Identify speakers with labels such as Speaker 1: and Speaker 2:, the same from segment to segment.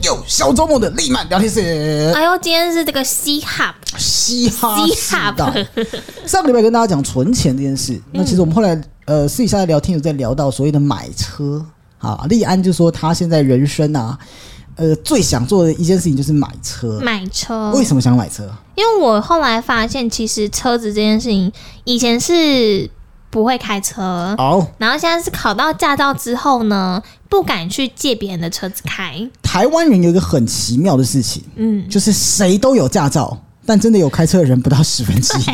Speaker 1: 六小周末的利曼聊天室，
Speaker 2: 哎呦，今天是这个嘻哈，
Speaker 1: 嘻哈
Speaker 2: 嘻
Speaker 1: 世
Speaker 2: 哈
Speaker 1: 道。 上个礼拜跟大家讲存钱这件事，那其实我们后来呃私底下在聊天有在聊到所谓的买车啊，利安就说他现在人生啊，呃最想做的一件事情就是买车。
Speaker 2: 买车，
Speaker 1: 为什么想买车？
Speaker 2: 因为我后来发现，其实车子这件事情，以前是不会开车，
Speaker 1: 哦，
Speaker 2: 然后现在是考到驾照之后呢，不敢去借别人的车子开。
Speaker 1: 台湾人有一个很奇妙的事情，
Speaker 2: 嗯，
Speaker 1: 就是谁都有驾照，但真的有开车的人不到十分之一。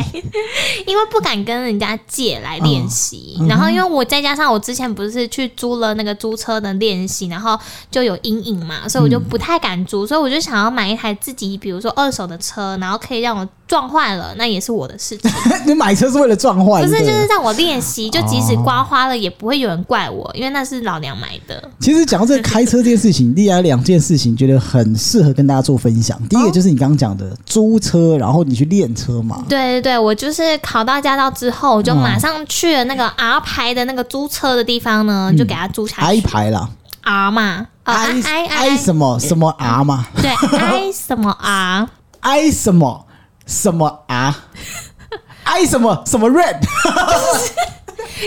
Speaker 2: 因为不敢跟人家借来练习，
Speaker 1: 哦嗯
Speaker 2: 然后因为我再加上我之前不是去租了那个租车的练习，然后就有阴影嘛，所以我就不太敢
Speaker 1: 嗯
Speaker 2: 租，所以我就想要买一台自己比如说二手的车，然后可以让我撞坏了，那也是我的事情，
Speaker 1: 你买车是为了撞坏？
Speaker 2: 不是
Speaker 1: 对
Speaker 2: 就
Speaker 1: 对
Speaker 2: 是让我练习，就即使刮花了也不会有人怪我，因为那是老娘买的。
Speaker 1: 其实讲到这个开车这件事情，利安两件事情觉得很适合跟大家做分享。第一个就是你刚刚讲的租车，然后你去练车嘛。
Speaker 2: 对对对，我就是考到驾照之后，我就马上去了那个 R 牌的那个租车的地方呢，就给它租下
Speaker 1: I
Speaker 2: 去。
Speaker 1: 牌啦
Speaker 2: R 嘛，啊哦
Speaker 1: I
Speaker 2: 嗯 I
Speaker 1: I 什
Speaker 2: 嗯
Speaker 1: 么什么 R 嘛
Speaker 2: 对，I 什么 R，
Speaker 1: ，I 什么什么 R，I 什么什么 Red，I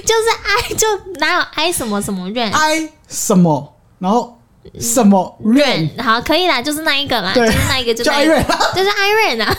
Speaker 2: 就是 I 就哪有 I 什么什么润
Speaker 1: 什么，然后什么 Red，
Speaker 2: 润，好可以啦，就是那一个啦，就
Speaker 1: 对
Speaker 2: 是那一个，
Speaker 1: 就
Speaker 2: 就
Speaker 1: 是
Speaker 2: 那
Speaker 1: I
Speaker 2: 一个
Speaker 1: Red，
Speaker 2: 就是 I 润啊，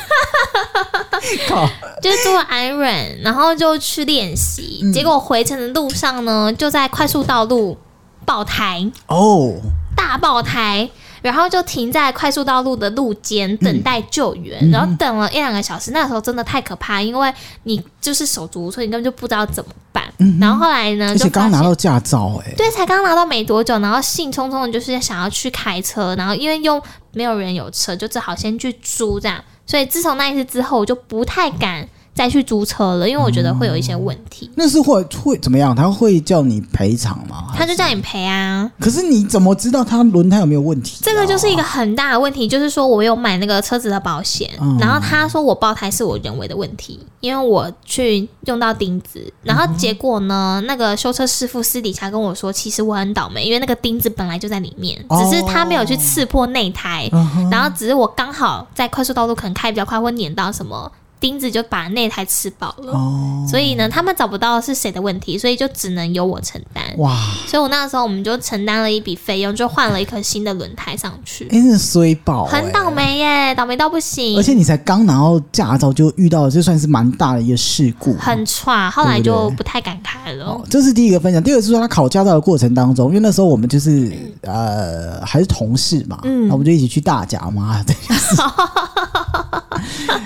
Speaker 1: 靠，
Speaker 2: 就是做 I 润，然后就去练习，
Speaker 1: 嗯
Speaker 2: 结果回程的路上呢，就在快速道路爆胎，
Speaker 1: 哦，
Speaker 2: 大爆胎。然后就停在快速道路的路肩等待救援，
Speaker 1: 嗯
Speaker 2: 然后等了一两个小时。那时候真的太可怕，因为你就是手足无措，你根本就不知道怎么办。然后后来呢，
Speaker 1: 嗯而
Speaker 2: 就
Speaker 1: 且刚
Speaker 2: 发现
Speaker 1: 拿到驾照，哎，
Speaker 2: 对，才刚拿到没多久，然后兴冲冲的就是想要去开车，然后因为又没有人有车，就只好先去租这样。所以自从那一次之后，我就不太敢再去租车了，因为我觉得会有一些问题。
Speaker 1: 那是会会怎么样？他会叫你赔偿吗？
Speaker 2: 他就叫你赔啊，
Speaker 1: 可是你怎么知道他轮胎有没有问题啊、
Speaker 2: 这个就是一个很大的问题，就是说我有买那个车子的保险，
Speaker 1: 嗯
Speaker 2: 然后他说我爆胎是我人为的问题，因为我去用到钉子，然后结果呢，
Speaker 1: 嗯
Speaker 2: 那个修车师傅私底下跟我说，其实我很倒霉，因为那个钉子本来就在里面，
Speaker 1: 哦
Speaker 2: 只是他没有去刺破内胎，
Speaker 1: 嗯哼
Speaker 2: 然后只是我刚好在快速道路可能开比较快，或碾到什么钉子就把内胎吃饱了，
Speaker 1: 哦，
Speaker 2: 所以呢，他们找不到是谁的问题，所以就只能由我承担。
Speaker 1: 哇，
Speaker 2: 所以我那时候我们就承担了一笔费用，就换了一颗新的轮胎上去。
Speaker 1: 哎、真的衰爆、
Speaker 2: 很倒。霉耶，倒霉到不行，
Speaker 1: 哎而且你才刚拿到驾照就遇到，这算是蛮大的一个事故。
Speaker 2: 很差，后来
Speaker 1: 对
Speaker 2: 就
Speaker 1: 不对
Speaker 2: 不太敢开了。
Speaker 1: 哦，这是第一个分享。第二个是说他考驾照的过程当中，因为那时候我们就是呃还是同事嘛，
Speaker 2: 嗯
Speaker 1: 那、我们就一起去大甲嘛。对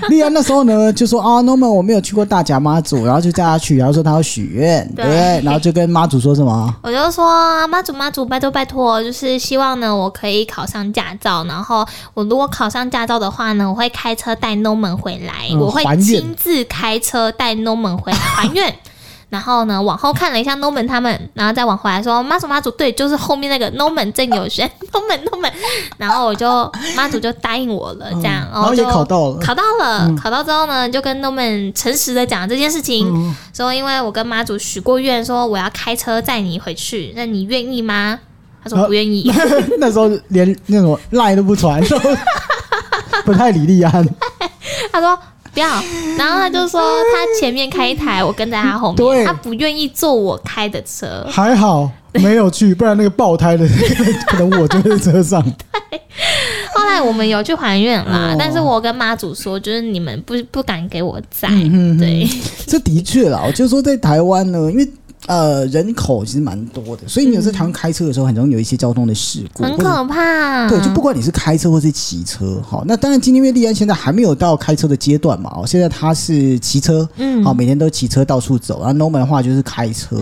Speaker 1: 丽安那时候呢就说啊，Norman 我没有去过大甲妈祖，然后就带他去，然后说他要许愿，对不对
Speaker 2: 对，
Speaker 1: 然后就跟妈祖说什么。
Speaker 2: 我就说妈祖妈祖，拜托拜托，就是希望呢我可以考上驾照，然后我如果考上驾照的话呢，我会开车带 Norman 回来，
Speaker 1: 嗯
Speaker 2: 我会
Speaker 1: 还愿
Speaker 2: 亲自开车带 Norman 回来还愿。然后呢，往后看了一下 Norman 他们，然后再往回来说妈祖妈祖，对，就是后面那个 Norman 郑友轩，Norman Norman，然后我就妈祖就答应我了，这样，
Speaker 1: 嗯
Speaker 2: 哦
Speaker 1: 然后
Speaker 2: 就
Speaker 1: 也考到了嗯
Speaker 2: 考到了，考到之后呢，就跟 Norman 诚实的讲这件事情，
Speaker 1: 嗯
Speaker 2: 说因为我跟妈祖许过愿，说我要开车载你回去，那你愿意吗？他
Speaker 1: 啊
Speaker 2: 说不 愿意，
Speaker 1: 那时候连那种赖都不传，都 不太理利安。
Speaker 2: 他说不要，然后他就说他前面开一台，我跟在他后
Speaker 1: 对
Speaker 2: 面，他不愿意坐我开的车。
Speaker 1: 还好没有去，不然那个爆胎的 可能我就会在车上。
Speaker 2: 后来我们有去还愿啦，
Speaker 1: 哦
Speaker 2: 但是我跟妈祖说，就是你们不不敢给我载，
Speaker 1: 嗯
Speaker 2: 对，
Speaker 1: 这的确啦，我就说在台湾呢，因为。呃，人口其实蛮多的，所以你有时候常开车的时候，很容易有一些交通的事故，
Speaker 2: 很
Speaker 1: 或者
Speaker 2: 可怕。
Speaker 1: 对，就不管你是开车或是骑车，好，那当然今天因为利安现在还没有到开车的阶段嘛，哦，现在他是骑车，
Speaker 2: 嗯
Speaker 1: 好，每天都骑车到处走，然后 Norman 的话就是开车，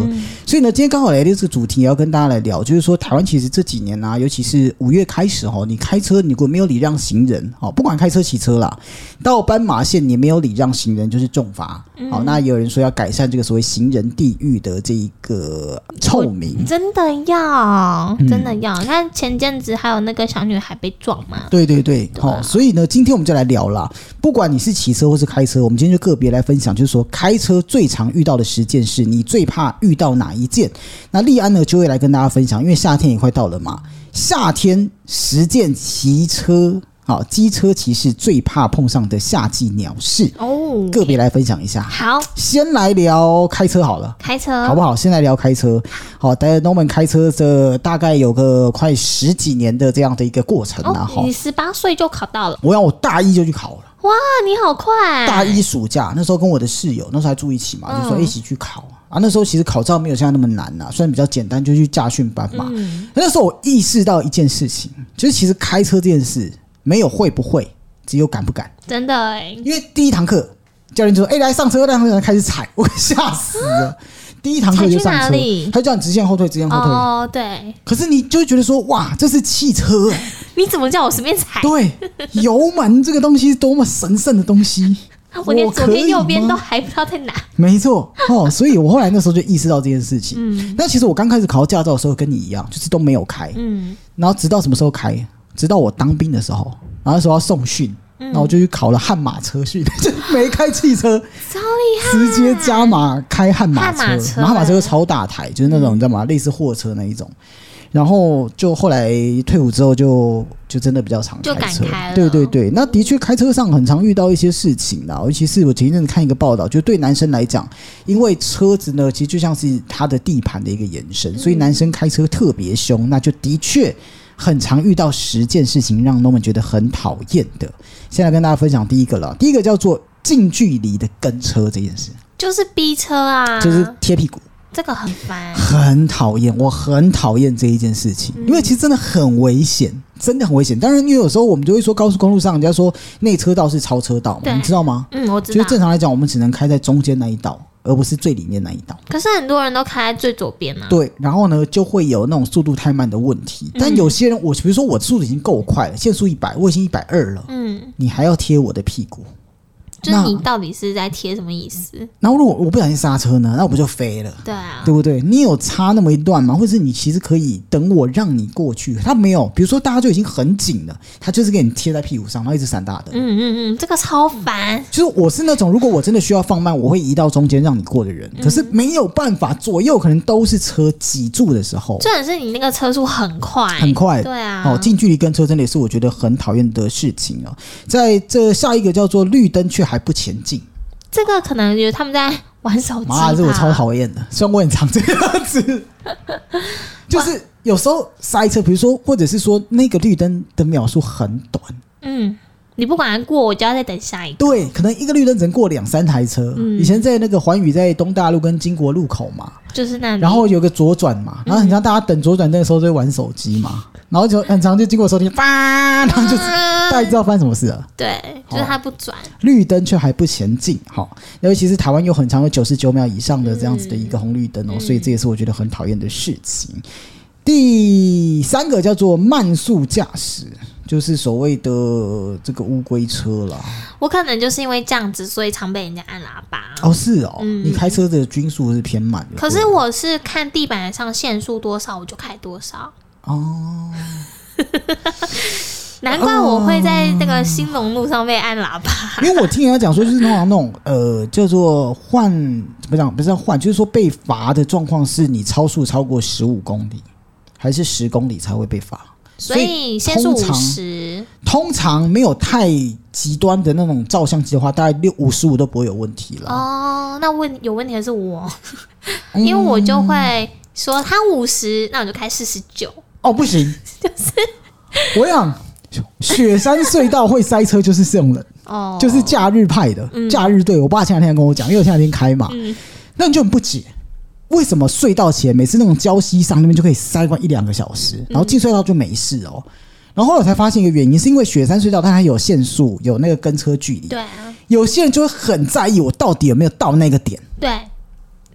Speaker 1: 所以呢，今天刚好来这个主题也要跟大家来聊，就是说台湾其实这几年啊，尤其是五月开始哈，你开车你如果没有礼让行人，好，不管开车骑车啦，到斑马线你没有礼让行人就是重罚，好，那也有人说要改善这个所谓行人地狱的这一个臭名，
Speaker 2: 真的要，
Speaker 1: 嗯
Speaker 2: 真的要！你看前阵子还有那个小女孩被撞嘛，
Speaker 1: 对对对，好、所以呢，今天我们就来聊啦。不管你是骑车或是开车，我们今天就个别来分享，就是说开车最常遇到的十件事，你最怕遇到哪一件？那利安呢就会来跟大家分享，因为夏天也快到了嘛。夏天实践骑车，好、机车骑士最怕碰上的夏季鸟事，
Speaker 2: 哦，
Speaker 1: 个别来分享一下。
Speaker 2: 好，
Speaker 1: 先来聊开车好了。
Speaker 2: 开车
Speaker 1: 好不好？先来聊开车。好，大家 Norman 开车这大概有个快十几年的这样的一个过程啦。哈、
Speaker 2: 哦，你十八岁就考到了，
Speaker 1: 我让我大一就去考了。
Speaker 2: 哇，你好快，
Speaker 1: 大一暑假那时候跟我的室友，那时候还住一起嘛，就说
Speaker 2: 嗯
Speaker 1: 一起去考啊。那时候其实考照没有现在那么难啊呐、虽然比较简单，就去驾训班嘛。
Speaker 2: 嗯
Speaker 1: 那时候我意识到一件事情，就是其实开车这件事没有会不会，只有敢不敢。
Speaker 2: 真的哎，
Speaker 1: 因为第一堂课教练就说：“哎、来上车，来上车，开始踩， 我吓死了。”第一堂课就上
Speaker 2: 踩去哪
Speaker 1: 车
Speaker 2: 里，
Speaker 1: 他就叫你直线后退，直线后退。
Speaker 2: 哦，对，
Speaker 1: 可是你就会觉得说，哇，这是汽车、哎
Speaker 2: 你怎么叫我随便踩？
Speaker 1: 对，油门这个东西是多么神圣的东西，
Speaker 2: 啊我连左
Speaker 1: 可
Speaker 2: 边
Speaker 1: 以
Speaker 2: 右边
Speaker 1: 吗
Speaker 2: 都还不知道在哪，
Speaker 1: 没错， 哦，所以我后来那时候就意识到这件事情。那其实我刚开始考到驾照的时候跟你一样，就是都没有开，
Speaker 2: 嗯，
Speaker 1: 然后直到什么时候开？直到我当兵的时候，然后那时候要送训，
Speaker 2: 嗯
Speaker 1: 然后我就去考了悍马车训， 就没开汽车，
Speaker 2: 超厉害，
Speaker 1: 直接加码开悍马车，
Speaker 2: 悍马车啊
Speaker 1: 然后悍马车就超大台，就是那种你知道吗？类似货车那一种。然后就后来退伍之后就就真的比较常
Speaker 2: 就
Speaker 1: 开
Speaker 2: 敢
Speaker 1: 车，
Speaker 2: 开了
Speaker 1: 对对对。那的确开车上很常遇到一些事情啦，尤其是我前一阵子看一个报道，就对男生来讲，因为车子呢其实就像是他的地盘的一个延
Speaker 2: 嗯
Speaker 1: 伸，所以男生开车特别凶，那就的确很常遇到十件事情让 Norman 觉得很讨厌的。现在跟大家分享第一个了，第一个叫做近距离的跟车这件事。
Speaker 2: 就是逼车啊，
Speaker 1: 就是贴屁股，
Speaker 2: 这个很烦，
Speaker 1: 很讨厌，我很讨厌这一件事情，
Speaker 2: 嗯
Speaker 1: 因为其实真的很危险，真的很危险。当然，因为有时候我们就会说高速公路上人家说内车道是超车道嘛，
Speaker 2: 对
Speaker 1: 你知道吗？
Speaker 2: 嗯，我知
Speaker 1: 就是
Speaker 2: 道，
Speaker 1: 正常来讲，我们只能开在中间那一道，而不是最里面那一道。
Speaker 2: 可是很多人都开在最左边啊，
Speaker 1: 对，然后呢，就会有那种速度太慢的问题。
Speaker 2: 嗯
Speaker 1: 但有些人，我比如说我速度已经够快了，限速一百，我已经一百二了，
Speaker 2: 嗯，
Speaker 1: 你还要贴我的屁股，
Speaker 2: 就是
Speaker 1: 那
Speaker 2: 你到底是在贴什么意思？
Speaker 1: 然后如果我不小心刹车呢，那我不就飞了？
Speaker 2: 对啊，
Speaker 1: 对不对？你有差那么一段吗？或者是你其实可以等我让你过去，他没有。比如说大家就已经很紧了，他就是给你贴在屁股上，然后一直闪大灯。
Speaker 2: 嗯嗯嗯，这个超烦，
Speaker 1: 就是我是那种，如果我真的需要放慢，我会移到中间让你过的
Speaker 2: 嗯
Speaker 1: 人。可是没有办法，左右可能都是车挤住的时候，
Speaker 2: 重点是你那个车速很快，
Speaker 1: 很快。
Speaker 2: 对啊，
Speaker 1: 哦，近距离跟车真的也是我觉得很讨厌的事情哦。在这下一个叫做绿灯却还不前进，
Speaker 2: 这个可能就是他们在玩手机吧，
Speaker 1: 妈，这我超讨厌的。虽然我很常这样子，就是有时候塞车，比如说，或者是说那个绿灯的秒数很短，
Speaker 2: 嗯，你不管过，我就要再等下一个。
Speaker 1: 对，可能一个绿灯只能过两三台车。以前在那个环宇在东大路跟金国路口嘛，
Speaker 2: 就是那里。
Speaker 1: 然后有个左转嘛，然后很常大家等左转灯的时候都会玩手机嘛，然后就很常就经过收听， 叭，然后 就是
Speaker 2: 啊
Speaker 1: 大家知道发生什么事了。
Speaker 2: 对，就是它不转，
Speaker 1: 绿灯却还不前进，好，尤其是台湾有很长有九十九秒以上的这样子的一个红绿灯哦，所以这也是我觉得很讨厌的事情。第三个叫做慢速驾驶，就是所谓的这个乌龟车啦。
Speaker 2: 我可能就是因为这样子，所以常被人家按喇叭。
Speaker 1: 哦，是哦，你开车的均速是偏慢的。
Speaker 2: 可是我是看地板上限速多少，我就开多少。
Speaker 1: 哦，
Speaker 2: 难怪我会在那
Speaker 1: 嗯
Speaker 2: 个兴隆路上被按喇叭。
Speaker 1: 因为我听人家讲说，就是通常那种呃叫做换怎么讲，不是叫换，就是说被罚的状况是你超速超过十五公里还是十公里才会被罚。
Speaker 2: 所以限速
Speaker 1: 通
Speaker 2: 五
Speaker 1: 常
Speaker 2: 十，
Speaker 1: 通常没有太极端的那种照相机的话，大概六五十五都不会有问题了。
Speaker 2: 哦，那问有问题的是我，
Speaker 1: 嗯
Speaker 2: 因为我就会说他五十，那我就开四十九。
Speaker 1: 哦，不 行，就是我想雪山隧道会塞车，就是这种人，
Speaker 2: 哦，嗯
Speaker 1: 就是假日派的、假日队。我爸前两天跟我讲，因为我前两天开嘛，那你就很不解。为什么隧道前每次那种礁溪上那边就可以塞关一两个小时，
Speaker 2: 嗯
Speaker 1: 然后进隧道就没事哦？然后后来我才发现一个原因，是因为雪山隧道它还有限速，有那个跟车距离。
Speaker 2: 对啊，
Speaker 1: 有些人就会很在意我到底有没有到那个点，
Speaker 2: 对，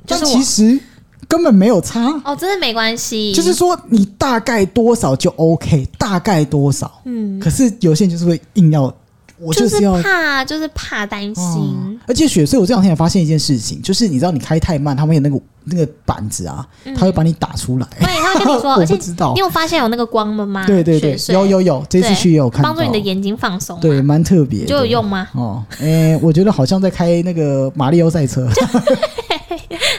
Speaker 2: 就
Speaker 1: 但
Speaker 2: 是
Speaker 1: 其
Speaker 2: 我。
Speaker 1: 实根本没有差，
Speaker 2: 哦，真的没关系，
Speaker 1: 就是说你大概多少就 OK，大概多少。
Speaker 2: 嗯，
Speaker 1: 可是有些人就是会硬要，我
Speaker 2: 就是
Speaker 1: 要。嗯哦
Speaker 2: 怕，就是怕担心。
Speaker 1: 而且雪，所以我这两天也发现一件事情，就是你知道你开太慢，他们有那个那个板子啊，他会把你打出来。
Speaker 2: 对，他嗯会 跟你说，
Speaker 1: 我
Speaker 2: 而且
Speaker 1: 不知道
Speaker 2: 你有发现有那个光的 吗？
Speaker 1: 对对对
Speaker 2: 雪，穗
Speaker 1: 有有有，这次
Speaker 2: 对
Speaker 1: 去也有看到，
Speaker 2: 帮助你的眼睛放松嘛，
Speaker 1: 对，蛮特别的，
Speaker 2: 就有用吗？
Speaker 1: 哦。诶、我觉得好像在开那个马里奥赛 车。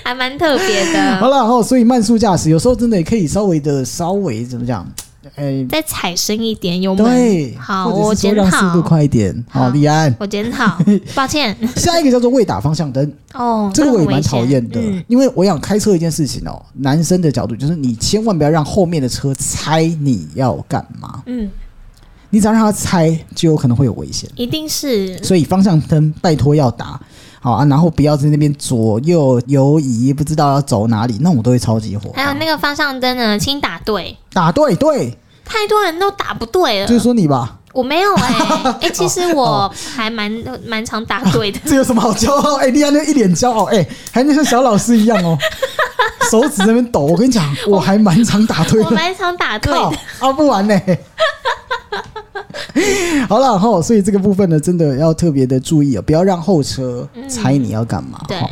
Speaker 2: 还蛮特别
Speaker 1: 好
Speaker 2: 的。
Speaker 1: 了，哦，所以慢速驾驶有时候真的也可以稍微的稍微怎么讲，哎、哎，
Speaker 2: 再踩深一点油门。
Speaker 1: 对，
Speaker 2: 好，
Speaker 1: 或者是
Speaker 2: 我
Speaker 1: 说
Speaker 2: 检
Speaker 1: 让速度
Speaker 2: 讨，
Speaker 1: 快一点。好，
Speaker 2: 好
Speaker 1: 李安，
Speaker 2: 我检讨，抱歉。
Speaker 1: 下一个叫做未打方向灯，
Speaker 2: 哦，
Speaker 1: 这个
Speaker 2: 很
Speaker 1: 我也蛮
Speaker 2: 危险
Speaker 1: 讨厌的
Speaker 2: 嗯，
Speaker 1: 因为我想开车一件事情哦，男生的角度就是你千万不要让后面的车猜你要干嘛，
Speaker 2: 嗯，
Speaker 1: 你只要让他猜，就有可能会有危险。
Speaker 2: 一定是
Speaker 1: 所以方向灯拜托要打好啊，然后不要在那边左右游移，不知道要走哪里，那我都会超级火
Speaker 2: 还有
Speaker 1: 大。
Speaker 2: 那个方向灯呢，请打对，
Speaker 1: 打对对，
Speaker 2: 太多人都打不对
Speaker 1: 就是哦
Speaker 2: 了。
Speaker 1: 说你吧，
Speaker 2: 我没有哎、 哎、其实我还蛮蛮常打对的。
Speaker 1: 这有什么好骄傲？哎、 你安那一脸骄傲，哎、还那像小老师一样 哦，手指在那边抖。我跟你讲，我还蛮常打退
Speaker 2: 我
Speaker 1: 的，
Speaker 2: 蛮常打对
Speaker 1: 靠
Speaker 2: 的，，
Speaker 1: 啊不完呢、 好了哈，吼所以这个部分呢，真的要特别的注意哦，不要让后车
Speaker 2: 嗯
Speaker 1: 猜你要干嘛。
Speaker 2: 对，
Speaker 1: 吼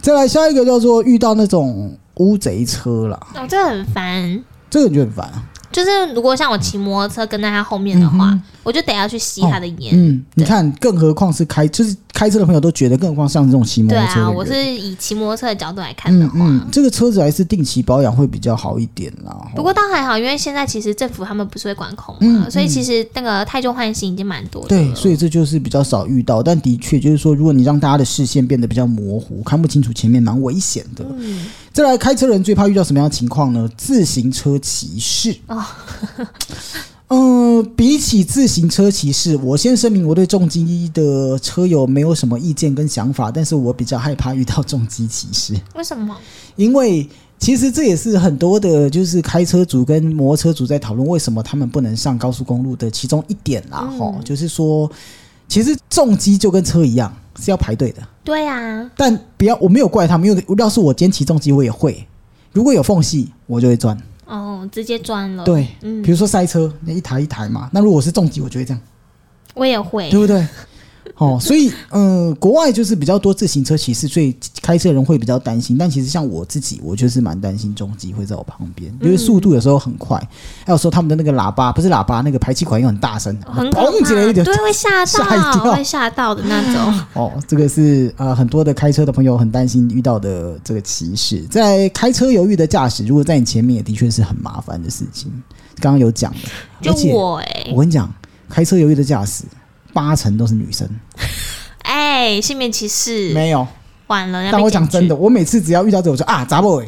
Speaker 1: 再来下一个叫做遇到那种乌贼车啦，
Speaker 2: 哦，这很烦。
Speaker 1: 这个你就很烦啊。
Speaker 2: 就是如果像我骑摩托车跟在他后面的话，我就得要去吸他的烟。
Speaker 1: 嗯，你看，更何况是开，就是开车的朋友都觉得，更何况像这种嗯骑摩
Speaker 2: 对
Speaker 1: 托车的
Speaker 2: 啊，
Speaker 1: 人
Speaker 2: 我是以骑摩托车的角度来看的
Speaker 1: 嗯
Speaker 2: 话。
Speaker 1: 嗯，这个车子还是定期保养会比较好一点啦。
Speaker 2: 不过倒还好，因为现在其实政府他们不是会管控嘛，
Speaker 1: 嗯嗯
Speaker 2: 所以其实那个太旧换新已经蛮多的了。
Speaker 1: 对，所以这就是比较少遇到，但的确就是说，如果你让大家的视线变得比较模糊，看不清楚前面，蛮危险的。
Speaker 2: 嗯，
Speaker 1: 再来，开车人最怕遇到什么样的情况呢？自行车骑士。
Speaker 2: 哦
Speaker 1: 嗯、比起自行车骑士，我先声明，我对重机的车友没有什么意见跟想法，但是我比较害怕遇到重机骑士。
Speaker 2: 为什么？
Speaker 1: 因为其实这也是很多的，就是开车族跟摩托车族在讨论为什么他们不能上高速公路的其中一点啦，吼、就是说，其实重机就跟车一样是要排队的，
Speaker 2: 对啊，
Speaker 1: 但不要我没有怪他们，因为要是我今天骑重机我也会，如果有缝隙我就会钻，
Speaker 2: 哦，直接钻了。，
Speaker 1: 对，
Speaker 2: 嗯
Speaker 1: 比如说塞车那一台一台嘛，那如果我是重机我就会这样，
Speaker 2: 我也会
Speaker 1: 对。不对？哦，所以嗯、国外就是比较多自行车骑士，所以开车人会比较担心。但其实像我自己，我就是蛮担心重机会在我旁边，因为速度有时候很
Speaker 2: 嗯
Speaker 1: 快，还有时候他们的那个喇叭不是喇叭，那个排气管又很大声，
Speaker 2: 很可
Speaker 1: 嘣起来一
Speaker 2: 怕，
Speaker 1: 点。
Speaker 2: 对，会啊吓
Speaker 1: 吓一跳
Speaker 2: 到，会吓到的那 种。
Speaker 1: 哦，这个是呃很多的开车的朋友很担心遇到的这个骑士，在开车犹豫的驾驶，如果在你前面也的确是很麻烦的事情。刚刚有讲的，
Speaker 2: 就
Speaker 1: 而且
Speaker 2: 我哎、
Speaker 1: 我跟你讲，开车犹豫的驾驶八成都是女生，
Speaker 2: 哎、性别歧视，
Speaker 1: 没有。
Speaker 2: 晚了。要被
Speaker 1: 但我
Speaker 2: 检
Speaker 1: 讲真
Speaker 2: 举
Speaker 1: 的，，我每次只要遇到这，我就啊，杂不哎，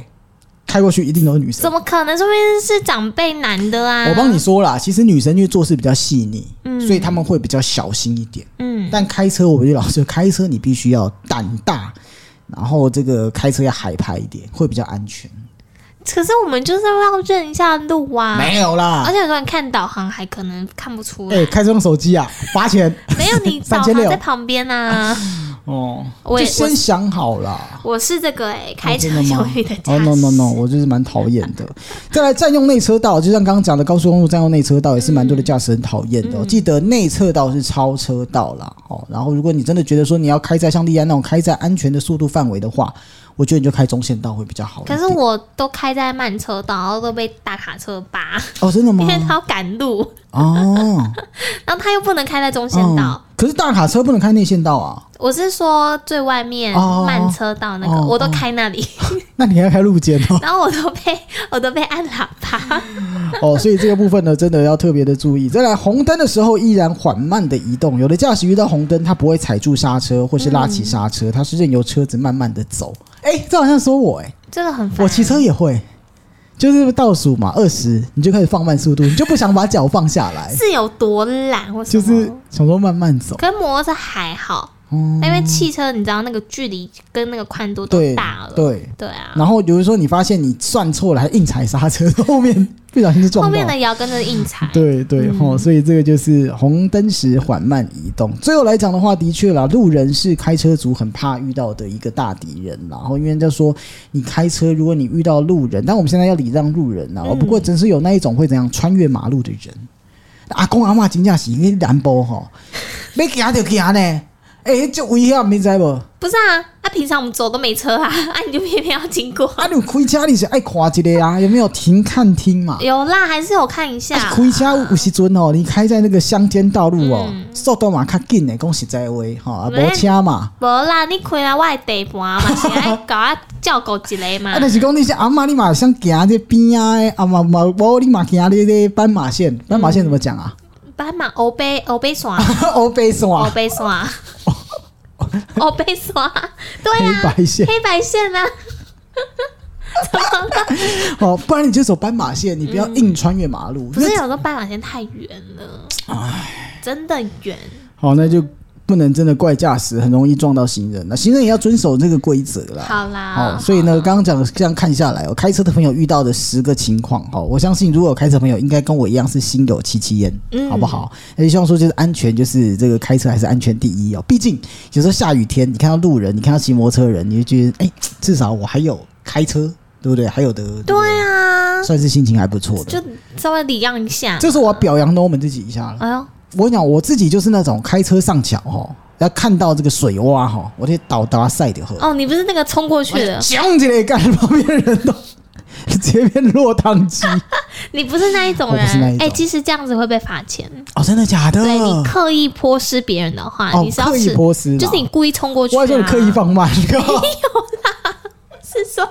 Speaker 1: 开过去一定都是女生
Speaker 2: 怎。么可能？说明是长辈男的啊。
Speaker 1: 我帮你，说啦，其实女生因为做事比较细腻，
Speaker 2: 嗯
Speaker 1: 所以他们会比较小心一点。
Speaker 2: 嗯，
Speaker 1: 但开车，我觉得老师开车你必须要胆大，然后这个开车要海派一点，会比较安全。
Speaker 2: 可是我们就是要认一下路啊。
Speaker 1: 没有啦
Speaker 2: 而，且很多人看导航还可能看不出来，
Speaker 1: 哎、开车用手机啊，罚 钱
Speaker 2: 没有你
Speaker 1: 三
Speaker 2: 导航
Speaker 1: 千六
Speaker 2: 在旁边啊。
Speaker 1: 哦，
Speaker 2: 我
Speaker 1: 就
Speaker 2: 也
Speaker 1: 先想好啦。
Speaker 2: 我是这个哎、开车
Speaker 1: 真的吗
Speaker 2: 犹豫的驾
Speaker 1: 哦、
Speaker 2: 驶。
Speaker 1: no no no，我就是蛮讨厌的。再来占用内车道，就像刚刚讲的高速公路占用内车道，也是蛮多的驾驶人讨厌的哦、
Speaker 2: 嗯
Speaker 1: 记得内侧道是超车道啦，哦。然后如果你真的觉得说你要开在像利安那种开在安全的速度范围的话，我觉得你就开中线道会比较好一
Speaker 2: 可
Speaker 1: 点。
Speaker 2: 是我都开在慢车道，然后都被大卡车扒，
Speaker 1: 哦，真的吗
Speaker 2: 因？为他要赶路，
Speaker 1: 哦，
Speaker 2: 然后他又不能开在 中线
Speaker 1: 嗯。
Speaker 2: 道
Speaker 1: 可是大卡车不能开内线道啊，
Speaker 2: 我是说最外面
Speaker 1: 哦
Speaker 2: 慢车道那个，
Speaker 1: 哦
Speaker 2: 我都开那 里，
Speaker 1: 那你还要开路肩哦。
Speaker 2: 然后我都被我都被按喇 叭。
Speaker 1: 哦，所以这个部分呢，真的要特别的注意。再来，红灯的时候依然缓慢的移动，有的驾驶遇到红灯，他不会踩住刹车或是拉起刹车，他是任由车子慢慢的走。哎、这好像说我哎、
Speaker 2: 这个很烦。
Speaker 1: 我骑车也会，就是倒数嘛，二十你就开始放慢速度，你就不想把脚放下来，
Speaker 2: 是有多懒，或什
Speaker 1: 就
Speaker 2: 么
Speaker 1: 是想说慢慢走。
Speaker 2: 跟摩托车还好，
Speaker 1: 嗯，
Speaker 2: 因为汽车你知道那个距离跟那个宽度都
Speaker 1: 对
Speaker 2: 大了，
Speaker 1: 对。
Speaker 2: 对啊。
Speaker 1: 然后，比如说你发现你算错了，还硬踩刹车， 后面不小心就撞到。
Speaker 2: 后面的也要跟着硬踩，
Speaker 1: 对对吼、所以这个就是红灯时缓慢移动。最后来讲的话，的确啦，路人是开车族很怕遇到的一个大敌人啦。然后因为就说你开车，如果你遇到路人，但我们现在要礼让路人啦。不过真是有那一种会怎样穿越马路的人，阿公阿妈真正是因为 南波吼，要行就行呢，哎、欸，就危险，你知无？
Speaker 2: 不是啊，啊，平常我们走都没车啊，啊，你就偏偏要 经过。
Speaker 1: 啊，你开车你是爱夸一个啊，有没有停看厅嘛？
Speaker 2: 有啦，还是有看一下。
Speaker 1: 啊，开车有时阵哦，你开在那个乡间道路哦，速度嘛较紧的，讲实在话吼，啊，
Speaker 2: 嗯没
Speaker 1: 无车嘛。
Speaker 2: 无啦，你开来我的地盘嘛，是 爱搞啊照顾一下嘛
Speaker 1: 啊，。就是讲你是阿妈，你嘛想行这边啊的，啊嘛嘛无你嘛行你这斑马
Speaker 2: 嗯
Speaker 1: 线，斑马线怎么讲啊？
Speaker 2: 斑马欧贝欧贝耍，
Speaker 1: 欧北线、
Speaker 2: 欧贝耍，欧贝 耍，哦对
Speaker 1: 黑
Speaker 2: 啊，
Speaker 1: 白线
Speaker 2: 黑白线 啊，
Speaker 1: 哦，不然你就走斑马线，你不要硬穿越马路。
Speaker 2: 嗯不
Speaker 1: 那
Speaker 2: 是有时候斑马线太远了，真的远。
Speaker 1: 好，那就不能真的怪驾驶，很容易撞到行人。那行人也要遵守这个规则啦。
Speaker 2: 好
Speaker 1: 好、
Speaker 2: 啦，
Speaker 1: 所以呢，刚刚讲这样看下来，哦，开车的朋友遇到的十个情况，哦，我相信如果有开车朋友应该跟我一样是心有戚戚焉，
Speaker 2: 嗯
Speaker 1: 好不好？而且希望说就是安全，就是这个开车还是安全第一哦。毕竟有时候下雨天，你看到路人，你看到骑摩托车人，你就觉得哎、至少我还有开车，对不对？还有的，
Speaker 2: 对啊，
Speaker 1: 算是心情还不错的。
Speaker 2: 就稍微礼让一下。
Speaker 1: 这是我要表扬 Norman 自己一下了。
Speaker 2: 哎呦，
Speaker 1: 我讲我自己就是那种开车上桥哈，要看到这个水洼哈，我就倒搭晒的喝，
Speaker 2: 哦，你不是那个冲过去的，
Speaker 1: 讲起来干旁边的人都直接变落汤鸡
Speaker 2: 你不是那一种
Speaker 1: 我不是那一
Speaker 2: 人。
Speaker 1: 种
Speaker 2: 哎，其实这样子会被罚钱。
Speaker 1: 哦，真的假的？
Speaker 2: 对 你刻意泼湿别人的话，
Speaker 1: 哦
Speaker 2: 你，是要
Speaker 1: 刻意
Speaker 2: 吃，
Speaker 1: 泼湿啦，
Speaker 2: 就是你故意冲过去、
Speaker 1: 我
Speaker 2: 啊。
Speaker 1: 还说你刻意放慢，
Speaker 2: 是说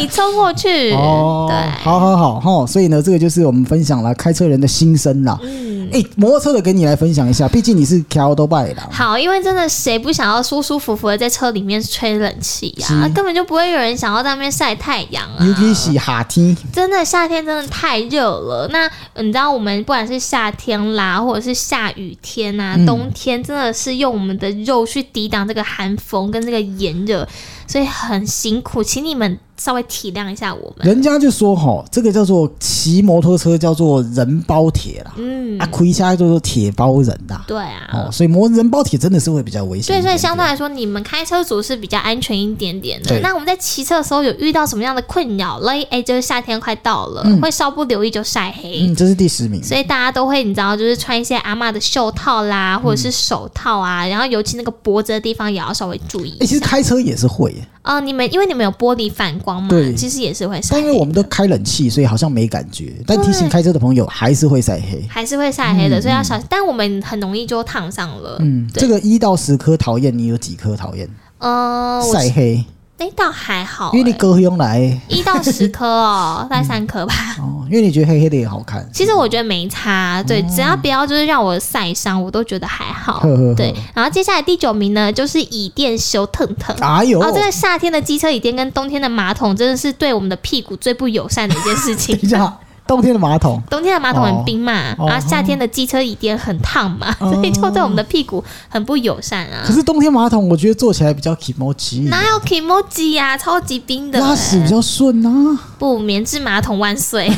Speaker 2: 你冲过去，
Speaker 1: 哦，
Speaker 2: 对，
Speaker 1: 好好好哈，所以呢，这个就是我们分享了开车人的心声啦。
Speaker 2: 嗯。
Speaker 1: 哎、摩托车的给你来分享一下，毕竟你是 c a l d o b y 啦，
Speaker 2: 好，因为真的谁不想要舒舒服服的在车里面吹冷气呀、
Speaker 1: 是嗯
Speaker 2: 根本就不会有人想要在那边晒太阳啊！
Speaker 1: 尤其是夏天，
Speaker 2: 真的夏天真的太热了。那嗯你知道我们不管是夏天啦，或者是下雨天啊，
Speaker 1: 嗯
Speaker 2: 冬天真的是用我们的肉去抵挡这个寒风跟这个炎热，所以很辛苦，请你们稍微体谅一下我们。
Speaker 1: 人家就说哈，这个叫做骑摩托车叫做人包铁啦。
Speaker 2: 嗯
Speaker 1: 啊，，盔下叫做铁包人呐、
Speaker 2: 对啊。
Speaker 1: 哦，所以磨人包铁真的是会比较危
Speaker 2: 所
Speaker 1: 险一点点。
Speaker 2: 以，所以相对来说，你们开车族是比较安全一点点的
Speaker 1: 对。
Speaker 2: 那我们在骑车的时候有遇到什么样的困扰嘞？哎、就是夏天快到了，会稍不留意就晒黑。
Speaker 1: 嗯嗯，这是第十名。
Speaker 2: 所以大家都会，你知道，就是穿一些阿嬷的袖套啦，
Speaker 1: 嗯
Speaker 2: 或者是手套啊，然后尤其那个脖子的地方也要稍微注意
Speaker 1: 哎、其
Speaker 2: 一下。
Speaker 1: 实开车也是会耶，
Speaker 2: 哦、你们因为你们有玻璃反光嘛
Speaker 1: 对，
Speaker 2: 其实也是会晒
Speaker 1: 但因为
Speaker 2: 黑，
Speaker 1: 我们都开冷气，所以好像没感觉。但提醒
Speaker 2: 对
Speaker 1: 开车的朋友，还是会晒黑。
Speaker 2: 还是会晒黑的，所以要小心。但我们很容易就烫伤了。
Speaker 1: 嗯，
Speaker 2: 对
Speaker 1: 这个一到十颗讨厌，你有几颗讨厌？
Speaker 2: 嗯，我
Speaker 1: 晒黑，
Speaker 2: 那倒还好、
Speaker 1: 因为你
Speaker 2: 欸
Speaker 1: 哥用来
Speaker 2: 一到十 颗哦，大概三颗吧。
Speaker 1: 哦，因为你觉得黑黑的也好看。
Speaker 2: 其实我觉得没差，啊对，只要不要就是让我晒伤，我都觉得还好。
Speaker 1: 哦呵呵呵
Speaker 2: 对，然后接下来第九名呢，就是椅垫修腾腾。
Speaker 1: 哎呦，
Speaker 2: 哦，这个夏天的机车椅垫跟冬天的马桶真的是对我们的屁股最不友善的一件事 情
Speaker 1: 等。一下，冬天的马桶，
Speaker 2: 冬天的马桶很冰嘛，
Speaker 1: 哦
Speaker 2: 然后夏天的机车椅垫很烫嘛，
Speaker 1: 哦
Speaker 2: 所以就对我们的屁股很不友善 啊
Speaker 1: 可。是冬天马桶我觉得坐起来比较 emoji，
Speaker 2: 哪有 k i m o j i 啊，超级冰的、
Speaker 1: 拉屎比较顺啊。
Speaker 2: 不，棉质马桶万岁！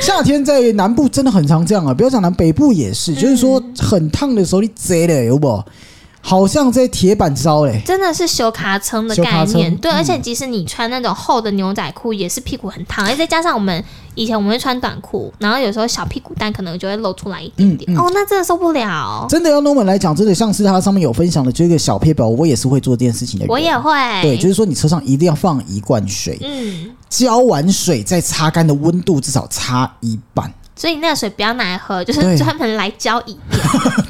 Speaker 1: 夏天在南部真的很常这样啊，不要讲南北部也
Speaker 2: 嗯
Speaker 1: 是，就是说很烫的时候你贼了有不？好像在铁板烧欸嘞，
Speaker 2: 真的是修卡撑的
Speaker 1: 修卡嗯
Speaker 2: 概念，
Speaker 1: 撑
Speaker 2: 对，而且即使你穿那种厚的牛仔裤，也是屁股很烫，而且再加上我们以前我们会穿短裤，然后有时候小屁股蛋可能就会露出来一点点，哦，那真的受不了，
Speaker 1: 嗯真的要 Norman 来讲，真的像是他上面有分享的，就一个小撇表，我也是会做这件事情的人。
Speaker 2: 我哎也会，
Speaker 1: 对，就是说你车上一定要放一罐水，
Speaker 2: 嗯，
Speaker 1: 浇完水再擦干的温度至少差一半，
Speaker 2: 所以那个水不要拿来喝，就
Speaker 1: 对
Speaker 2: 是专门来交椅，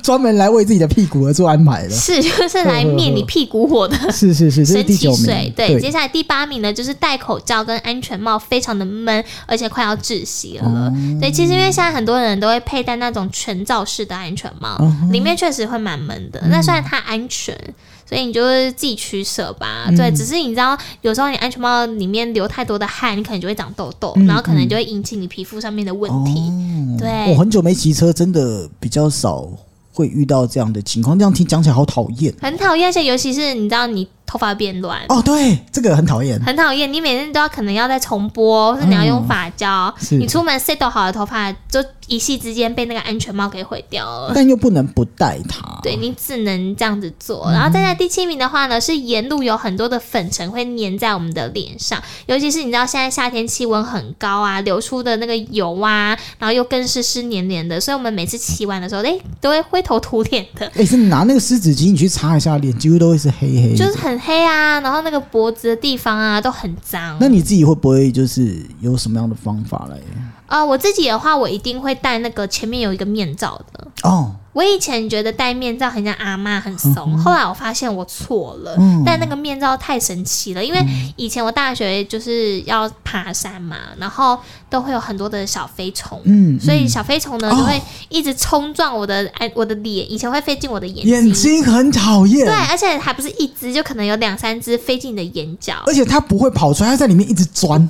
Speaker 1: 专门来为自己的屁股而做安排的。
Speaker 2: 是就是来灭你屁股火的
Speaker 1: 是是是，这是
Speaker 2: 神
Speaker 1: 第
Speaker 2: 奇
Speaker 1: 九
Speaker 2: 水
Speaker 1: 名。。
Speaker 2: 对，接下来第八名呢，就是戴口罩跟安全帽非常的闷，而且快要窒息了。
Speaker 1: 哦
Speaker 2: 所以其实因为现在很多人都会佩戴那种全罩式的安全帽，
Speaker 1: 嗯
Speaker 2: 里面确实会蛮闷的。那虽然它安全。所以你就是自己取舍吧，
Speaker 1: 嗯
Speaker 2: 对。只是你知道，有时候你安全帽里面流太多的汗，你可能就会长痘痘，
Speaker 1: 嗯
Speaker 2: 然后可能就会引起你皮肤上面的问题。
Speaker 1: 哦
Speaker 2: 对，
Speaker 1: 我很久没骑车，真的比较少会遇到这样的情况。这样听讲起来好讨厌。
Speaker 2: 很讨厌，而且尤其是你知道，你头发变乱。
Speaker 1: 哦，对，这个很讨厌。
Speaker 2: 很讨厌，你每天都要可能要再重播，哦或是你要用发胶。
Speaker 1: 嗯
Speaker 2: 哦
Speaker 1: 是
Speaker 2: 你出门 set 好的头发，就一夕之间被那个安全帽给毁掉了。
Speaker 1: 但又不能不戴它。
Speaker 2: 对你只能这样子做，然后再在第七名的话呢，是沿路有很多的粉尘会粘在我们的脸上，尤其是你知道现在夏天气温很高啊，流出的那个油啊，然后又更是湿黏黏的，所以我们每次骑完的时候，哎、都会灰头土脸的，
Speaker 1: 哎、是拿那个湿纸巾你去擦一下，脸几乎都会是黑黑的。
Speaker 2: 就是很黑啊，然后那个脖子的地方啊都很脏。
Speaker 1: 那你自己会不会就是有什么样的方法来？
Speaker 2: 呃，我自己的话，我一定会戴那个前面有一个面罩的。
Speaker 1: 哦，
Speaker 2: 我以前觉得戴面罩很像阿妈，很
Speaker 1: 嗯
Speaker 2: 怂。后来我发现我错了，戴那个面罩太神奇了。因为
Speaker 1: 嗯
Speaker 2: 以前我大学就是要爬山嘛，然后都会有很多的小飞虫，
Speaker 1: 嗯，
Speaker 2: 所以小飞虫呢
Speaker 1: 哦
Speaker 2: 就会一直冲撞我的哎我的脸，以前会飞进我的眼睛，
Speaker 1: 眼睛很讨厌
Speaker 2: 对，，而且还不是一只，就可能有两三只飞进你的眼角。
Speaker 1: 而且它不会跑出来，它在里面一直钻，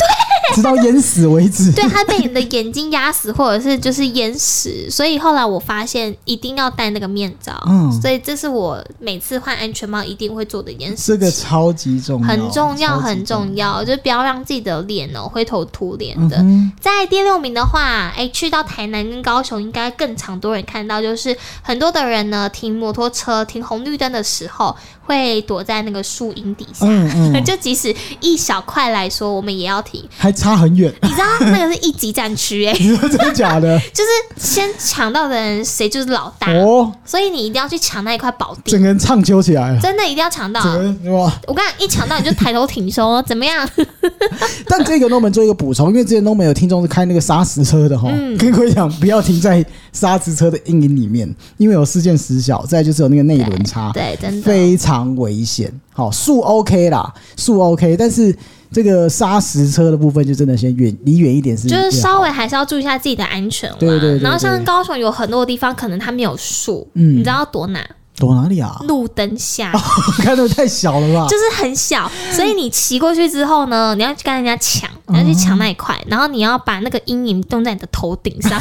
Speaker 1: 直到淹死为止。
Speaker 2: 对，它被你的眼睛压死，或者是就是淹死。所以后来我发现一定要戴那个面罩，
Speaker 1: 嗯
Speaker 2: 所以这是我每次换安全帽一定会做的一件事
Speaker 1: 这
Speaker 2: 情。
Speaker 1: 个超级重要，
Speaker 2: 很重要，
Speaker 1: 超级
Speaker 2: 很重要，就不要让自己的脸哦灰头土脸的。
Speaker 1: 嗯
Speaker 2: 在第六名的话，哎，去到台南跟高雄，应该更常多人看到，就是很多的人呢停摩托车、停红绿灯的时候，会躲在那个树荫底下。
Speaker 1: 嗯嗯，
Speaker 2: 就即使一小块来说，我们也要停。
Speaker 1: 还差很远，
Speaker 2: 你知道那个是一级战区哎、
Speaker 1: 你说真的假 的？
Speaker 2: 就是先抢到的人谁就是老大，
Speaker 1: 哦，
Speaker 2: 所以你一定要去抢那一块宝地
Speaker 1: 整，个人唱秋起来了，
Speaker 2: 真的一定要抢到。
Speaker 1: 整个人哇！
Speaker 2: 我跟你讲，一抢到你就抬头挺胸，啊怎么 样？
Speaker 1: 嗯但这个 n o m 做一个补充，因为之前 n o m 有听众是开那个砂石车的哈，
Speaker 2: 嗯
Speaker 1: 跟各位讲不要停在砂石车的阴影里面，因为有视线死角，再来就是有那个内轮差，
Speaker 2: 对，真的。
Speaker 1: 非常危险。好，树 OK 啦，树 OK，但是这个砂石车的部分就真的先远离远一点是
Speaker 2: 就是
Speaker 1: 最好
Speaker 2: 稍微还是要注意一下自己的安全啦。
Speaker 1: 对对对对
Speaker 2: 然后像高雄有很多地方可能它没有树，
Speaker 1: 嗯
Speaker 2: 你知道要躲哪？
Speaker 1: 躲哪里啊？
Speaker 2: 路灯下，
Speaker 1: 看的太小了吧？
Speaker 2: 就是很小，所以你骑过去之后呢，你要去跟人家抢，
Speaker 1: 哦
Speaker 2: 你要去抢那一块，然后你要把那个阴影弄在你的头顶 上，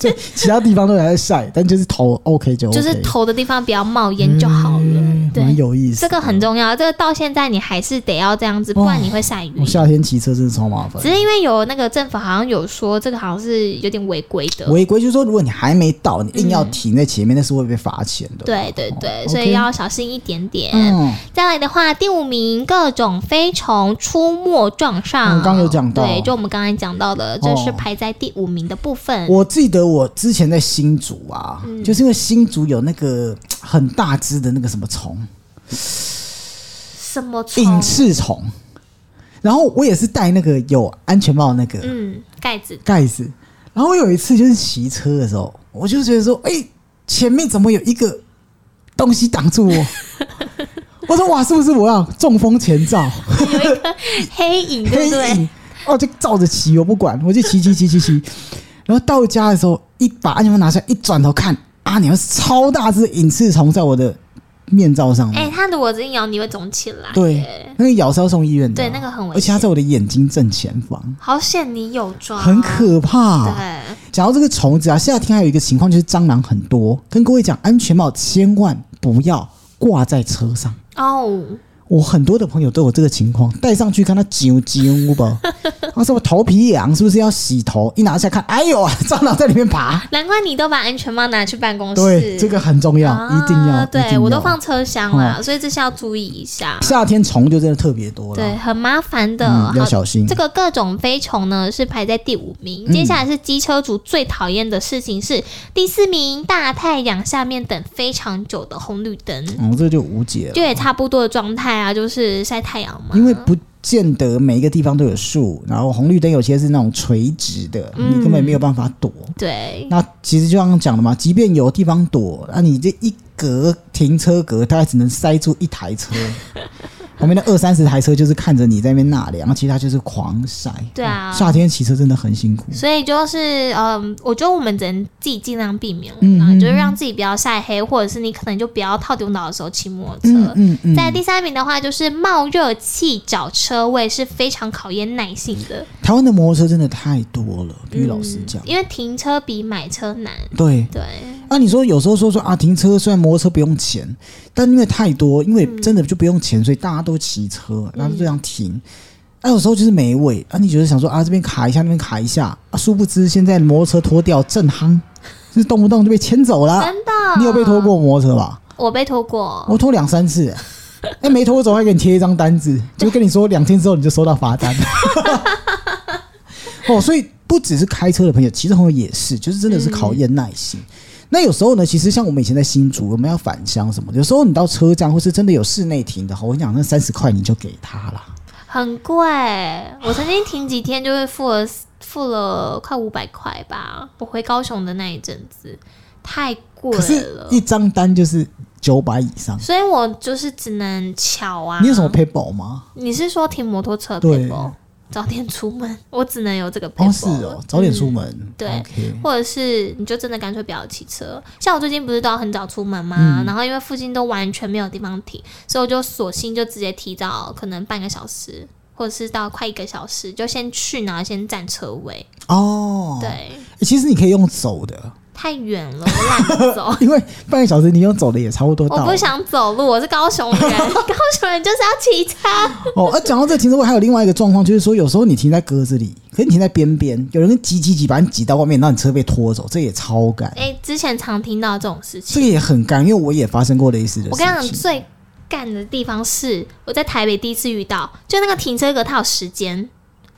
Speaker 1: 对，其他地方都还在晒，但就是头 OK 就 OK，
Speaker 2: 就是头的地方不要冒烟就好了。
Speaker 1: 嗯
Speaker 2: 对
Speaker 1: 蛮，有意思。
Speaker 2: 这个很重要，这个到现在你还是得要这样子，不然你会晒
Speaker 1: 我
Speaker 2: 晕。
Speaker 1: 夏天骑车真的超麻烦
Speaker 2: 只。是因为有那个政府好像有说，这个好像是有点违规的。
Speaker 1: 违规就是哦说，如果你还没到，你硬要
Speaker 2: 嗯
Speaker 1: 停在前面，那是会被罚钱的。
Speaker 2: 对对对，
Speaker 1: 哦 OK
Speaker 2: 所以要小心一点点。
Speaker 1: 嗯，
Speaker 2: 再来的话，第五名各种飞虫出没撞上，
Speaker 1: 嗯刚有讲到
Speaker 2: 对，就我们刚才讲到的，这是排在第五名的部分。
Speaker 1: 我记得我之前在新竹啊，
Speaker 2: 嗯
Speaker 1: 就是因为新竹有那个很大只的那个什么虫，
Speaker 2: 什么虫？
Speaker 1: 隐翅虫，然后我也是戴那个有安全帽的那个，
Speaker 2: 嗯，盖子。
Speaker 1: 盖子。然后我有一次就是骑车的时候，我就觉得说，哎、前面怎么有一个东西挡住 我？我说哇，是不是我要中风前兆？
Speaker 2: 黑影， 对
Speaker 1: 黑
Speaker 2: 不对
Speaker 1: 影？哦，就照着骑，我不管，我就骑骑骑骑骑。 然后到家的时候，一把安全帽拿下来，一转头看，啊，你们超大只的隐翅虫在我的面罩上面。
Speaker 2: 哎、它如果真咬你会肿起来。
Speaker 1: 对，那个咬是要送医院的啊、
Speaker 2: 对那个很危
Speaker 1: 而且它
Speaker 2: 险
Speaker 1: 在我的眼睛正前方，
Speaker 2: 好险你有抓，
Speaker 1: 很可怕。
Speaker 2: 对。
Speaker 1: 讲到这个虫子啊，夏天还有一个情况就是蟑螂很多。跟各位讲，安全帽千万不要挂在车上。
Speaker 2: 哦，
Speaker 1: 我很多的朋友都有这个情况，戴上去看它啾啾 吧，他说我头皮痒，是不是要洗头？一拿下看，哎呦啊， 蟑螂在里面爬。
Speaker 2: 难怪你都把安全帽拿去办公室。
Speaker 1: 对，这个很重要，
Speaker 2: 啊
Speaker 1: 一定要。一定
Speaker 2: 对
Speaker 1: 要哦
Speaker 2: 我都。放车厢啦，所以这是要注意一下。
Speaker 1: 夏天虫就真的特别多了，
Speaker 2: 对，很麻烦的，
Speaker 1: 哦嗯，要
Speaker 2: 好
Speaker 1: 小心嗯
Speaker 2: 这。个各种飞虫呢是排在第五名，接下来是机车族最讨厌的事情是第四名，大太阳下面等非常久的红绿灯，
Speaker 1: 嗯，这就无解了，
Speaker 2: 就也差不多的状态啊，就是晒太阳嘛。
Speaker 1: 因为不见得每一个地方都有树，然后红绿灯有些是那种垂直的，你根本没有办法躲。
Speaker 2: 对，
Speaker 1: 那其实就像讲的嘛，即便有地方躲，那你这一格停车格大概只能塞住一台 车，旁边的二三十台车就是看着你在那边纳凉，其实他就是狂晒。
Speaker 2: 对啊
Speaker 1: 哦夏天骑车真的很辛苦。
Speaker 2: 所以就是，嗯，我觉得我们只能自己尽量避免了，
Speaker 1: 嗯嗯
Speaker 2: 就是让自己不要晒黑，或者是你可能就不要套丢脑的时候骑摩托车。
Speaker 1: 嗯嗯嗯，
Speaker 2: 在第三名的话，就是冒热气找车位是非常考验耐性的。
Speaker 1: 台湾的
Speaker 2: 嗯
Speaker 1: 摩托车真的太多了，必须老实讲。
Speaker 2: 因为停车比买车难。
Speaker 1: 对，
Speaker 2: 对，
Speaker 1: 啊，你说有时候说说啊，停车虽然摩托车不用钱，但因为太多，因
Speaker 2: 嗯
Speaker 1: 为真的就不用钱，所以大家都骑车，然后就这样停。那、有时候就是没位啊，你就是想说啊，这边卡一下，那边卡一下，啊，殊不知现在摩托车拖掉正夯，就是动不动就被牵走了。
Speaker 2: 真的。
Speaker 1: 你有被拖？过摩托车吧？
Speaker 2: 我被拖过。
Speaker 1: 我拖两三次、欸，哎、没拖走还给你贴一张单 子，就跟你说两天之后你就收到罚单。哦，所以不只是开车的朋友，骑车朋友也是，就是真的是考验耐心。
Speaker 2: 嗯
Speaker 1: 那有时候呢，其实像我们以前在新竹，我们要返乡什么的，有时候你到车站或是真的有室内停的，我跟你讲，那三十块你就给他啦。
Speaker 2: 很贵，我曾经停几天就是付了付了快五百块吧。我回高雄的那一阵子太贵
Speaker 1: 可是
Speaker 2: 了，啊
Speaker 1: 一张单就是九百以上，
Speaker 2: 所以我就是只能巧啊。
Speaker 1: 你有什么 paper 吗？
Speaker 2: 你是说停摩托车
Speaker 1: 对
Speaker 2: paper？早点出门， 我只能有这个 paper、
Speaker 1: 哦，是哦，早点出门。
Speaker 2: 嗯对
Speaker 1: o k
Speaker 2: 或者是你就真的干脆不要骑车。像我最近不是都要很早出门
Speaker 1: 嗯
Speaker 2: 嘛，然后因为附近都完全没有地方停，所以我就索性就直接提早可能半个小时，或者是到快一个小时，就先去，然后先占车位。
Speaker 1: 哦，
Speaker 2: 对，
Speaker 1: 欸其实你可以用走的，。
Speaker 2: 太远了，我懒得走
Speaker 1: 因为半个小时你用走的也差 不多到
Speaker 2: 我
Speaker 1: 了。
Speaker 2: 不想走路，我是高 雄人，高雄人就是要骑车。
Speaker 1: 哦，啊，讲到这停车位，还有另外一个状况，就是说有时候你停在格子里，可是你停在边边，有人挤挤挤把你挤到外面，让你车被拖走，这也超尴，
Speaker 2: 哎、之前常听到这种事情
Speaker 1: 这。个也很尴，因为我也发生过类似的
Speaker 2: 我跟你
Speaker 1: 事
Speaker 2: 讲，
Speaker 1: 情。
Speaker 2: 最干的地方是我在台北第一次遇到，就那个停车格它有时间，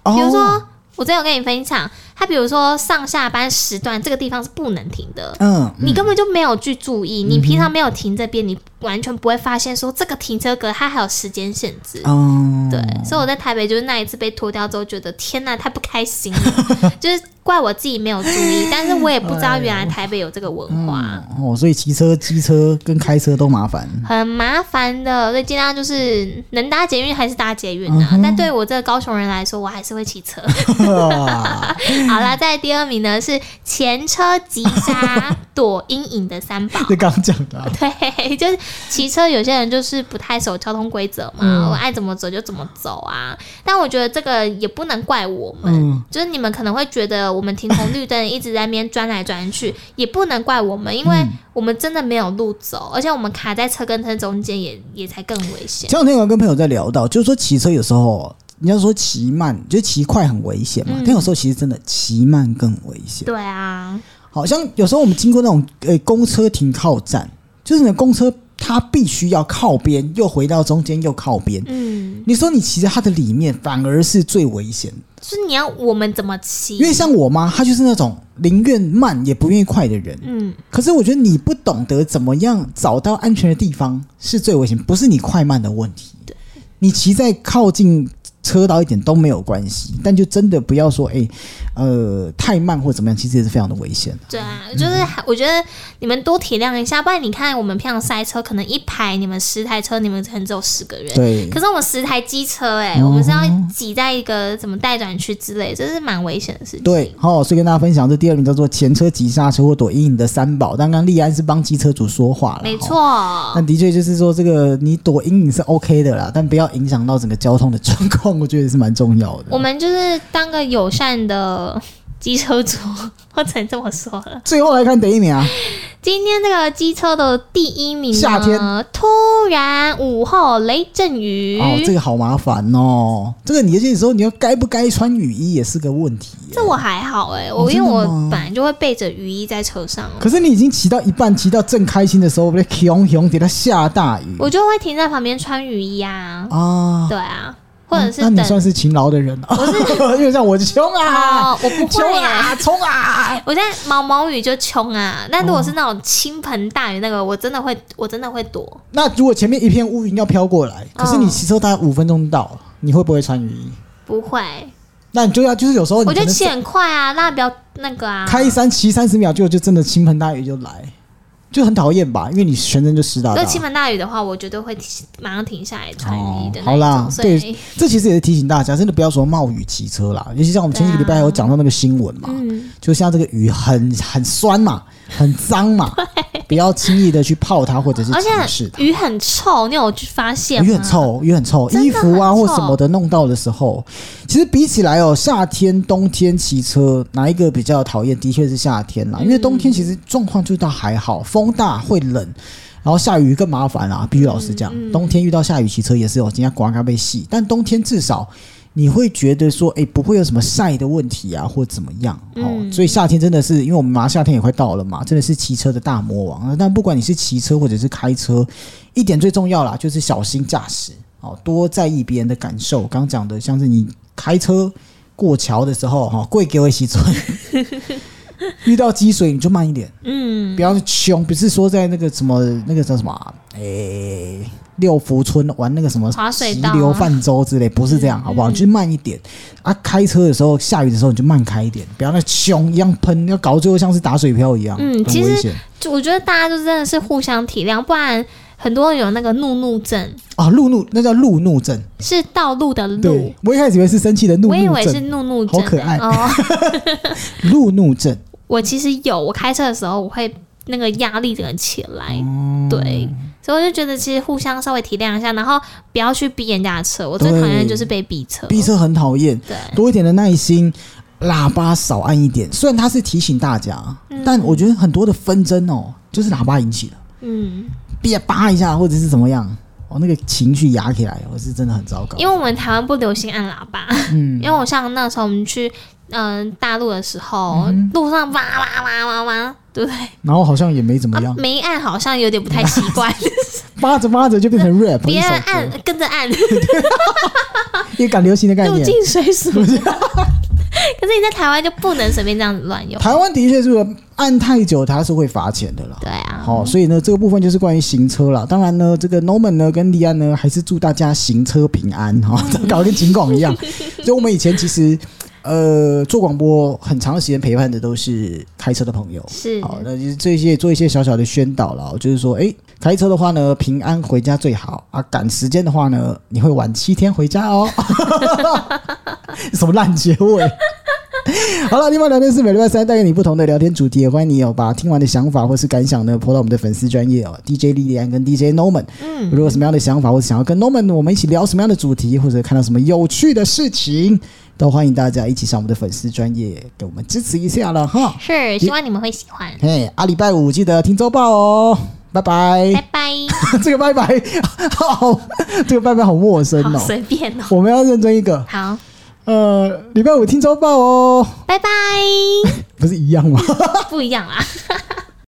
Speaker 1: 哦
Speaker 2: 比如说，我之前有跟你分享，它比如说上下班时段这个地方是不能停的。
Speaker 1: 嗯，
Speaker 2: 你根本就没有去注意，你平常没有停这边，你完全不会发现说这个停车格它还有时间限制。
Speaker 1: 嗯，
Speaker 2: 对，所以我在台北就是那一次被拖掉之后，觉得天呐，太不 开心了，就是怪我自己没有注意，但是我也不知道原来台北有这个文化，
Speaker 1: 哦，所以骑车、机车跟开车都麻 烦。
Speaker 2: 很麻烦的。所以尽量就是能搭捷运还是搭捷运啊，但对我这个高雄人来说，我还是会骑车。好啦，在第二名呢是前车急刹躲阴影的三宝。
Speaker 1: 这刚讲的啊、
Speaker 2: 对，就是骑车，有些人就是不太守交通规则嘛，
Speaker 1: 嗯
Speaker 2: 我爱怎么走就怎么走啊。但我觉得这个也不能怪我们，
Speaker 1: 嗯
Speaker 2: 就是你们可能会觉得我们停红绿灯一直在那边钻来钻去，也不能怪我们，因为
Speaker 1: 嗯
Speaker 2: 我们真的没有路走，而且我们卡在车跟车中间也也才更危险。
Speaker 1: 前两天我跟朋友在聊到，就是说骑车有时候，人家说骑慢，就是骑快很危险
Speaker 2: 嗯
Speaker 1: 嘛，但有时候其实真的骑慢更危险。
Speaker 2: 对啊，
Speaker 1: 好像有时候我们经过那种呃公车停靠站，就是你的公车它必须要靠边，又回到中间又靠边。
Speaker 2: 嗯，
Speaker 1: 你说你骑在它的里面，反而是最危险，
Speaker 2: 就是你要我们怎么骑？
Speaker 1: 因为像我妈，她就是那种宁愿慢也不愿意快的人。
Speaker 2: 嗯，
Speaker 1: 可是我觉得你不懂得怎么样找到安全的地方是最危险，不是你快慢的问题。你骑在靠近车道一点都没有关系，但就真的不要说哎、呃太慢或怎么样，其实也是非常的危险。
Speaker 2: 对啊，就是还我觉得你们多体谅一下，不然你看我们平常塞车，可能一排你们十台车，你们可能只有十个人。
Speaker 1: 对，
Speaker 2: 可是我们十台机车、
Speaker 1: 嗯
Speaker 2: 欸，哎、我们是要挤在一个什么待转区之类，这是蛮危险的事情。
Speaker 1: 对，好、所以跟大家分享这第二名叫做前车急刹车或躲阴影的三宝。刚刚利安是帮机车主说话了，
Speaker 2: 没
Speaker 1: 齁。
Speaker 2: 错，
Speaker 1: 但的确就是说，这个你躲阴影是 OK 的啦，但不要影响到整个交通的状况，我 觉得也是蛮重要的。
Speaker 2: 我们就是当个友善的机车 族，我只能这么说了。
Speaker 1: 最后来看第一名啊，
Speaker 2: 今天这个机车的第一名呢，
Speaker 1: 夏天
Speaker 2: 突然午后雷阵雨，
Speaker 1: 哦，这个好麻烦哦，这个你有些时候你要该不该穿雨衣也是个问题耶。
Speaker 2: 这我还好哎、我
Speaker 1: 哦
Speaker 2: 因为我
Speaker 1: 真的吗
Speaker 2: 本来就会备着雨衣在车上，啊
Speaker 1: 可是你已经骑到一半，骑到正开心的时候，被熊熊给它下大雨
Speaker 2: 我就会停在旁边穿雨衣啊，
Speaker 1: 啊，
Speaker 2: 对啊，或者是
Speaker 1: 那
Speaker 2: 等
Speaker 1: 你算是勤劳的人啊， 因为像我就凶 啊，
Speaker 2: 哦，我不
Speaker 1: 冲
Speaker 2: 会、欸。
Speaker 1: 啊，冲啊，
Speaker 2: 我在毛毛雨就冲啊，但如果是那种倾盆大雨，那个我真的会，我真的会躲。
Speaker 1: 那如果前面一片乌云要飘过来，可是
Speaker 2: 哦
Speaker 1: 你骑车大概五分钟到，你会不会穿雨衣？
Speaker 2: 不会，
Speaker 1: 那你就要就是有时候哦你
Speaker 2: 我
Speaker 1: 可
Speaker 2: 就
Speaker 1: 能
Speaker 2: 骑很快啊，那不要那个啊。
Speaker 1: 开三骑三十秒就就真的倾盆大雨就来，就很讨厌吧，因为你全身就湿哒
Speaker 2: 如
Speaker 1: 哒
Speaker 2: 果。倾盆大雨的话，我绝对会停马上停下来穿雨衣的
Speaker 1: 哦
Speaker 2: 那一
Speaker 1: 好啦
Speaker 2: 种。所以
Speaker 1: 对，这其实也是提醒大家，真的不要说冒雨骑车啦，尤其像我们前几个礼拜还有讲到那个新闻嘛，
Speaker 2: 嗯，
Speaker 1: 就像这个雨很很酸嘛，很脏嘛，不要轻易的去泡它或者是
Speaker 2: 而且
Speaker 1: 尝试它。
Speaker 2: 鱼很臭，你有去发现吗？
Speaker 1: 鱼很，臭，鱼很臭，
Speaker 2: 真的
Speaker 1: 衣服啊
Speaker 2: 很
Speaker 1: 或
Speaker 2: 臭
Speaker 1: 什么的弄到的时候，其实比起来哦，夏天、冬天骑车哪一个比较讨厌？的确是夏天
Speaker 2: 嗯
Speaker 1: 啦，因为冬天其实状况就倒还好，风大会冷，然后下雨更麻烦啦。必须老实
Speaker 2: 嗯
Speaker 1: 讲，冬天遇到下雨骑车也是有哦今天刮干被洗，但冬天至少。你会觉得说，哎、不会有什么晒的问题啊，或怎么样哦。
Speaker 2: 嗯
Speaker 1: 所以夏天真的是，因为我们马上夏天也快到了嘛，真的是骑车的大魔王。啊但不管你是骑车或者是开车，一点最重要啦，就是小心驾驶哦，多在意别人的感受。刚讲的像是你开车过桥的时候，哈、跪给我洗嘴。 遇到积水你就慢一点，
Speaker 2: 嗯，
Speaker 1: 不要凶，不是说在那个什么那个叫什么啊，诶、六福村玩那个什么
Speaker 2: 滑水
Speaker 1: 急
Speaker 2: 道啊嗯
Speaker 1: 流泛舟之类，不是这样，好不好？就是慢一点啊。开车的时候，下雨的时候你就慢开一点，不要那凶一样喷，要搞到最后像是打水漂一样，
Speaker 2: 嗯
Speaker 1: 很
Speaker 2: 其实
Speaker 1: 危险
Speaker 2: 就我觉得大家就真的是互相体谅，不然很多人有那个怒怒症，
Speaker 1: 啊。路怒那叫路怒症，
Speaker 2: 是道路的路
Speaker 1: 对。我一开始以为是生气的怒
Speaker 2: 我以
Speaker 1: 怒
Speaker 2: 为是
Speaker 1: 症，
Speaker 2: 怒怒症欸，
Speaker 1: 好可爱
Speaker 2: 哦！
Speaker 1: 路怒症。
Speaker 2: 我其实有，我开车的时候我会那个压力整个起来，
Speaker 1: 嗯
Speaker 2: 对，所以我就觉得其实互相稍微体谅一下，然后不要去逼人家的车。我最讨厌的就是被逼车，
Speaker 1: 逼车很讨厌，
Speaker 2: 呃对，
Speaker 1: 多一点的耐心，喇叭少按一点。虽然它是提醒大家，但我觉得很多的纷争哦，就是喇叭引起的，
Speaker 2: 嗯，
Speaker 1: 别叭一下或者是怎么样，哦，那个情绪压起来，我是真的很糟糕。
Speaker 2: 因为我们台湾不流行按喇叭，
Speaker 1: 嗯
Speaker 2: 因为我像那时候我们去嗯、大陆的时候，
Speaker 1: 嗯
Speaker 2: 路上哇哇哇哇哇，对不对？
Speaker 1: 然后好像也没怎么
Speaker 2: 啊
Speaker 1: 样，，
Speaker 2: 没按好像有点不太习 惯，
Speaker 1: 扒着扒着就变成 rap 一
Speaker 2: 嗯别啊
Speaker 1: 首
Speaker 2: 人
Speaker 1: 歌，
Speaker 2: 按跟着按，
Speaker 1: 也赶流行的概
Speaker 2: 入
Speaker 1: 念。
Speaker 2: 境随 俗。可是你在台湾就不能随便这样子乱用，
Speaker 1: 台湾的确是按太久，它是会罚钱的啦。
Speaker 2: 对啊，
Speaker 1: 好、所以呢，这个部分就是关于行车啦。当然呢，这个 Norman 呢跟利安呢，还是祝大家行车平安哈， 搞得跟警广一样。就我们以前其实，呃，做广播很长的时间陪伴的都是开车的朋友。
Speaker 2: 是
Speaker 1: 好，那就是这些做一些小小的宣导啦，就是说，诶，开车的话呢，平安回家最好啊。赶时间的话呢，你会晚七天回家哦。 什么烂结尾？ 好了，另外聊天室每礼拜三带给你不同的聊天主题，也欢迎你有把听完的想法或是感想呢，泼到我们的粉丝专业哦，DJ 莉莉安跟 DJ Norman。嗯，如果有什么样的想法，或是想要跟 Norman 我们一起聊什么样的主题，或者看到什么有趣的事情，都欢迎大家一起上我们的粉丝专业给我们支持一下了哈。
Speaker 2: 是，希望你们会喜欢，
Speaker 1: 嘿，啊，礼拜五记得听周报哦，拜
Speaker 2: 拜
Speaker 1: 拜。
Speaker 2: 拜。
Speaker 1: 这个拜拜，好，这个拜拜好陌生
Speaker 2: 好
Speaker 1: 哦。
Speaker 2: 随便哦，
Speaker 1: 我们要认真一个，
Speaker 2: 好，
Speaker 1: 呃，礼拜五听周报哦，
Speaker 2: 拜拜。
Speaker 1: 不是一样吗？
Speaker 2: 不一样啦，